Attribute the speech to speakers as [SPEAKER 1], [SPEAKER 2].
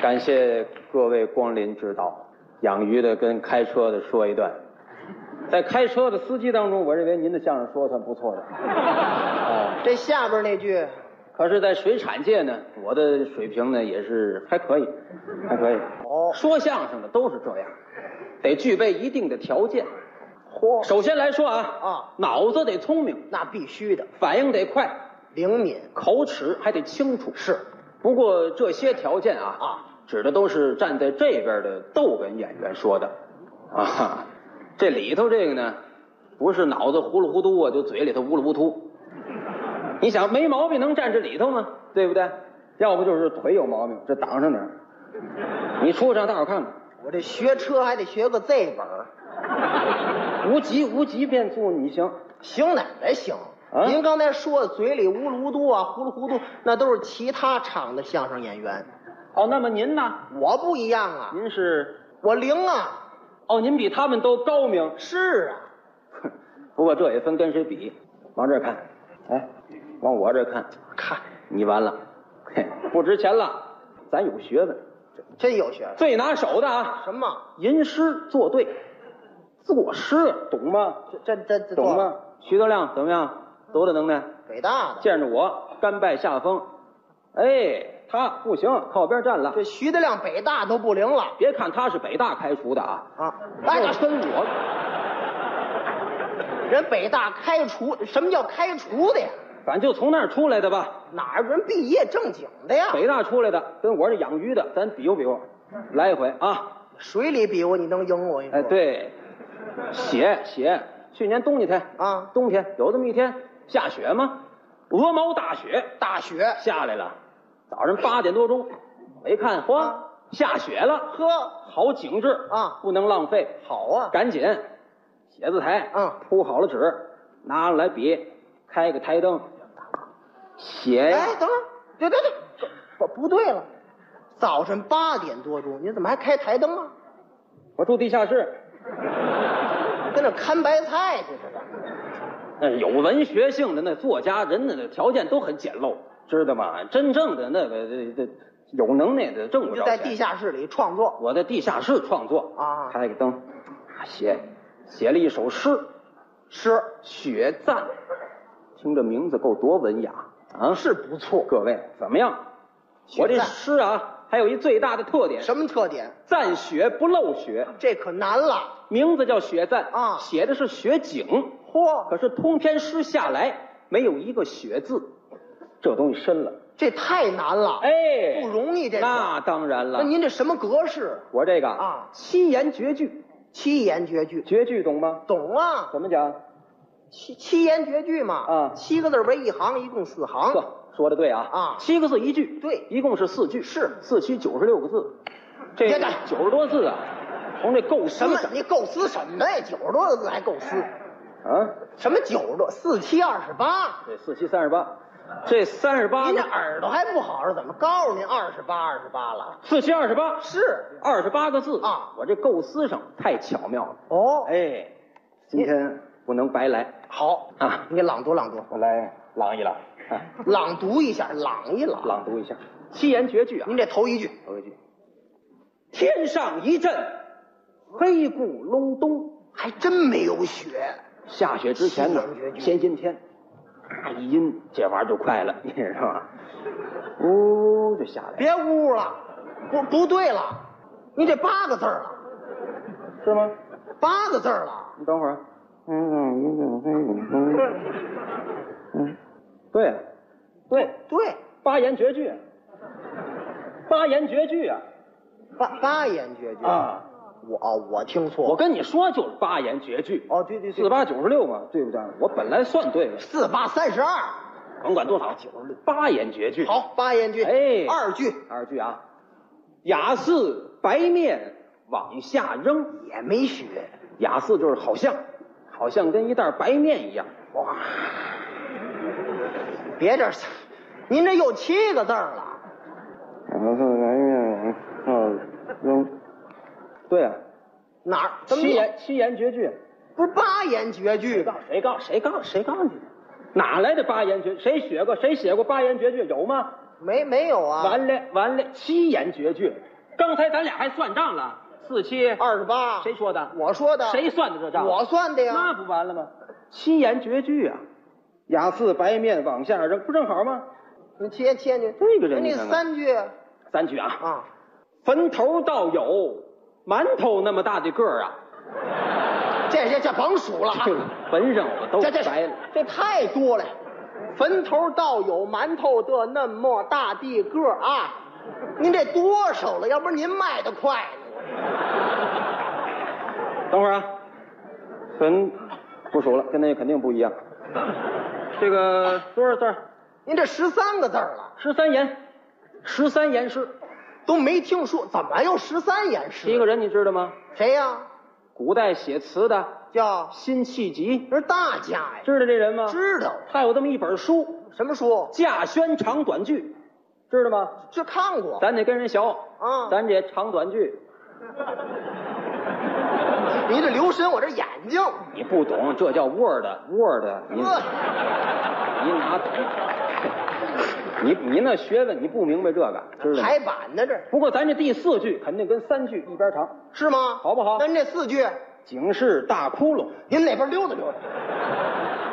[SPEAKER 1] 感谢各位光临指导。养鱼的跟开车的说一段，在开车的司机当中，我认为您的相声说得算不错的。哦，
[SPEAKER 2] 这下边那句，
[SPEAKER 1] 可是，在水产界呢，我的水平呢也是还可以，还可以。
[SPEAKER 2] 哦
[SPEAKER 1] 说相声的都是这样，得具备一定的条件。
[SPEAKER 2] 嚯，
[SPEAKER 1] 首先来说啊，
[SPEAKER 2] 啊，
[SPEAKER 1] 脑子得聪明，
[SPEAKER 2] 那必须的，
[SPEAKER 1] 反应得快，
[SPEAKER 2] 灵敏
[SPEAKER 1] 口齿还得清楚。
[SPEAKER 2] 是
[SPEAKER 1] 不过这些条件啊
[SPEAKER 2] 啊，
[SPEAKER 1] 指的都是站在这边的逗哏演员说的，啊，这里头这个呢，不是脑子糊里糊涂啊，就嘴里头乌里乌涂。你想没毛病能站这里头吗？对不对？要不就是腿有毛病，这挡上点儿你出去让大伙儿看看，
[SPEAKER 2] 我这学车还得学个 Z 本儿，
[SPEAKER 1] 无极无极变速你行。
[SPEAKER 2] 行哪来行？
[SPEAKER 1] 啊
[SPEAKER 2] 您刚才说的嘴里乌噜乌嘟啊，糊里糊涂，那都是其他厂的相声演员，
[SPEAKER 1] 哦，那么您呢？
[SPEAKER 2] 我不一样啊，
[SPEAKER 1] 您是
[SPEAKER 2] 我灵啊，
[SPEAKER 1] 哦，您比他们都高明。
[SPEAKER 2] 是啊，
[SPEAKER 1] 不过这也分跟谁比，往这儿看，哎，往我这儿看，
[SPEAKER 2] 看
[SPEAKER 1] 你完了，嘿，不值钱了。咱有学问，
[SPEAKER 2] 真有学问。
[SPEAKER 1] 最拿手的啊，
[SPEAKER 2] 什么？
[SPEAKER 1] 吟诗作对，作诗，懂吗？
[SPEAKER 2] 这这这
[SPEAKER 1] 懂啊吗？？徐德亮怎么样？多大能耐？
[SPEAKER 2] 北大的，
[SPEAKER 1] 见着我甘拜下风。哎，他不行，靠边站了
[SPEAKER 2] 这。徐德亮北大都不灵了
[SPEAKER 1] 别看他是北大开除的啊，
[SPEAKER 2] 啊！
[SPEAKER 1] 哎，
[SPEAKER 2] 哎，
[SPEAKER 1] 跟我，
[SPEAKER 2] 人北大开除，什么叫开除的呀？
[SPEAKER 1] 反正就从那儿出来的吧。
[SPEAKER 2] 哪儿有人毕业正经的呀？
[SPEAKER 1] 北大出来的，跟我这养鱼的，咱比划比划，来一回啊！
[SPEAKER 2] 水里比划，你能赢我？你说
[SPEAKER 1] 哎，对，写写，去年冬天
[SPEAKER 2] 啊
[SPEAKER 1] 冬天有这么一天下雪吗？鹅毛大雪
[SPEAKER 2] 大学
[SPEAKER 1] 下来了，早上八点多钟，我一看，嚯，下雪了，
[SPEAKER 2] 呵，
[SPEAKER 1] 好景致
[SPEAKER 2] 啊
[SPEAKER 1] 不能浪费，
[SPEAKER 2] 好啊，
[SPEAKER 1] 赶紧写字台
[SPEAKER 2] 嗯
[SPEAKER 1] 铺好了纸，拿来笔，开个台灯，
[SPEAKER 2] 哎
[SPEAKER 1] 写呀
[SPEAKER 2] 哎，等会儿，对对对，不不对了，早晨八点多钟，你怎么还开台灯啊？
[SPEAKER 1] 我住地下室，
[SPEAKER 2] 跟那看白菜去似的。
[SPEAKER 1] 那有文学性的那作家，人家的条件都很简陋，知道吗？真正的那个这这有能耐的挣
[SPEAKER 2] 你
[SPEAKER 1] 不
[SPEAKER 2] 就
[SPEAKER 1] 着
[SPEAKER 2] 在
[SPEAKER 1] 钱。
[SPEAKER 2] 地，下室里创作，
[SPEAKER 1] 我在地下室创作
[SPEAKER 2] 啊
[SPEAKER 1] 开个灯，写写了一首诗，诗《雪赞》，听这名字够多文雅啊！
[SPEAKER 2] 是不错
[SPEAKER 1] 各位怎么样？
[SPEAKER 2] 雪
[SPEAKER 1] 我这
[SPEAKER 2] 赞
[SPEAKER 1] 诗啊，还有一最大的特点，
[SPEAKER 2] 什么特点？
[SPEAKER 1] 赞雪不漏雪，
[SPEAKER 2] 这可难了。
[SPEAKER 1] 名字叫《雪赞》
[SPEAKER 2] 啊
[SPEAKER 1] 写的是雪景。可
[SPEAKER 2] 嚯，
[SPEAKER 1] 是通篇诗下来没有一个“雪”字，这东西深了。
[SPEAKER 2] 这太难了。，
[SPEAKER 1] 哎
[SPEAKER 2] 不容易这个
[SPEAKER 1] 那当然了
[SPEAKER 2] 那。您这什么格式？
[SPEAKER 1] 我这个
[SPEAKER 2] 啊
[SPEAKER 1] 七言绝句，
[SPEAKER 2] 七言绝句，
[SPEAKER 1] 绝句懂吗？
[SPEAKER 2] 懂啊？
[SPEAKER 1] 怎么讲？
[SPEAKER 2] 七七言绝句嘛，
[SPEAKER 1] 啊
[SPEAKER 2] 七个字儿为一行，一共四行。
[SPEAKER 1] 呵，说的对啊
[SPEAKER 2] 啊
[SPEAKER 1] 七个字一句，
[SPEAKER 2] 对
[SPEAKER 1] 一共是四句，是四七九十六个字，这
[SPEAKER 2] 别改
[SPEAKER 1] 九十多字啊，从这构思
[SPEAKER 2] 什么哎
[SPEAKER 1] 上？
[SPEAKER 2] 你构思什么呀？九十多个字还构思？
[SPEAKER 1] 啊，
[SPEAKER 2] 什么九十多？四七二十八。
[SPEAKER 1] 这四七三十八，这三十八
[SPEAKER 2] 您这耳朵还不好是怎么？告诉您二十八，二十八了。
[SPEAKER 1] 四七二十八，
[SPEAKER 2] 是
[SPEAKER 1] 二十八个字
[SPEAKER 2] 啊
[SPEAKER 1] 我这构思上太巧妙了，
[SPEAKER 2] 哦，
[SPEAKER 1] 哎，今天不能白来。
[SPEAKER 2] 好
[SPEAKER 1] 啊
[SPEAKER 2] 你朗读朗读，
[SPEAKER 1] 我来朗 一朗，啊，
[SPEAKER 2] 朗读一下，朗一朗。
[SPEAKER 1] 朗读一下七言绝句啊
[SPEAKER 2] 您。这头一句，
[SPEAKER 1] 头一句：天上一阵黑咕隆咚，
[SPEAKER 2] 还真没有学。
[SPEAKER 1] 下雪之前呢
[SPEAKER 2] 七言绝，句
[SPEAKER 1] 先阴天，啊一阴这玩意儿就快 了，你知道吗？呜、就下来了，
[SPEAKER 2] 别污了，不不对了，您这八个字儿了，
[SPEAKER 1] 是吗？
[SPEAKER 2] 八个字儿了，
[SPEAKER 1] 你等会儿，啊 嗯，对啊，对，
[SPEAKER 2] 对，
[SPEAKER 1] 八言绝句，啊八言绝句啊
[SPEAKER 2] 八八言绝句！
[SPEAKER 1] 啊！
[SPEAKER 2] 我哦我听错，
[SPEAKER 1] 我跟你说，就是八言绝句。
[SPEAKER 2] 哦对对对
[SPEAKER 1] 四，八九十六嘛，对不对？我本来算对了，
[SPEAKER 2] 四八三十二，
[SPEAKER 1] 甭管多少，九十六，八言绝句。，
[SPEAKER 2] 好，八言句，
[SPEAKER 1] 哎
[SPEAKER 2] 二句
[SPEAKER 1] 二句啊，雅似白面往下扔，
[SPEAKER 2] 也没学，
[SPEAKER 1] 雅似就是好像，好像跟一袋白面一样。哇，
[SPEAKER 2] 别这儿，您这又七个字儿了，
[SPEAKER 1] 雅似白面往下扔。对啊，
[SPEAKER 2] 哪儿？怎么
[SPEAKER 1] 七
[SPEAKER 2] 有
[SPEAKER 1] 言七言绝句，
[SPEAKER 2] 不是八言绝
[SPEAKER 1] 谁
[SPEAKER 2] 句
[SPEAKER 1] 告谁告谁告谁告诉你的？哪来的八言绝？谁学过？谁写过八言绝句？有吗？
[SPEAKER 2] 没没有啊？
[SPEAKER 1] 完了完了，七言绝句，刚才咱俩还算账了，四七
[SPEAKER 2] 二十八，
[SPEAKER 1] 谁说的？
[SPEAKER 2] 我说的，
[SPEAKER 1] 谁算的这账？
[SPEAKER 2] 我算的
[SPEAKER 1] 那
[SPEAKER 2] 呀。
[SPEAKER 1] 不完了吗？七言绝句啊，雅似白面往下扔，不正好吗？
[SPEAKER 2] 你切切你
[SPEAKER 1] 这个人
[SPEAKER 2] 你
[SPEAKER 1] 你看看
[SPEAKER 2] 三句
[SPEAKER 1] 三句啊，
[SPEAKER 2] 啊，
[SPEAKER 1] 坟头倒有馒头那么大的个儿啊，
[SPEAKER 2] 这这这甭数了啊
[SPEAKER 1] 这，个坟上我都
[SPEAKER 2] 这这
[SPEAKER 1] 白了。
[SPEAKER 2] 这太多了。坟头倒有馒头的那么大地个儿啊，您这多少了？要不然您卖的快呢？
[SPEAKER 1] 等会儿啊，坟不熟了，跟那肯定不一样。这个多少字儿？
[SPEAKER 2] 您这十三个字儿了，
[SPEAKER 1] 十三言，十三言诗。
[SPEAKER 2] 都没听说，怎么又十三言
[SPEAKER 1] 一
[SPEAKER 2] 诗？
[SPEAKER 1] 个人你知道吗？
[SPEAKER 2] 谁呀、
[SPEAKER 1] 古代写词的
[SPEAKER 2] 叫
[SPEAKER 1] 辛弃疾，
[SPEAKER 2] 这是大家呀，
[SPEAKER 1] 知道这人吗？
[SPEAKER 2] 知道
[SPEAKER 1] 他有这么一本书
[SPEAKER 2] 什么书？
[SPEAKER 1] 《稼轩长短句》，知道吗？
[SPEAKER 2] 这看过。
[SPEAKER 1] 咱得跟人学
[SPEAKER 2] 啊
[SPEAKER 1] 咱这长短句
[SPEAKER 2] 你这留神我这眼睛，
[SPEAKER 1] 你不懂，这叫 word word。你
[SPEAKER 2] 呵，
[SPEAKER 1] 你哪懂？你你那学问你不明白这个，知道吗？
[SPEAKER 2] 排版呢这
[SPEAKER 1] 不过咱这第四句肯定跟三句一边长。
[SPEAKER 2] 是吗？
[SPEAKER 1] 好不好
[SPEAKER 2] 那您这四句，
[SPEAKER 1] 警示大窟窿，
[SPEAKER 2] 您哪边溜达溜达？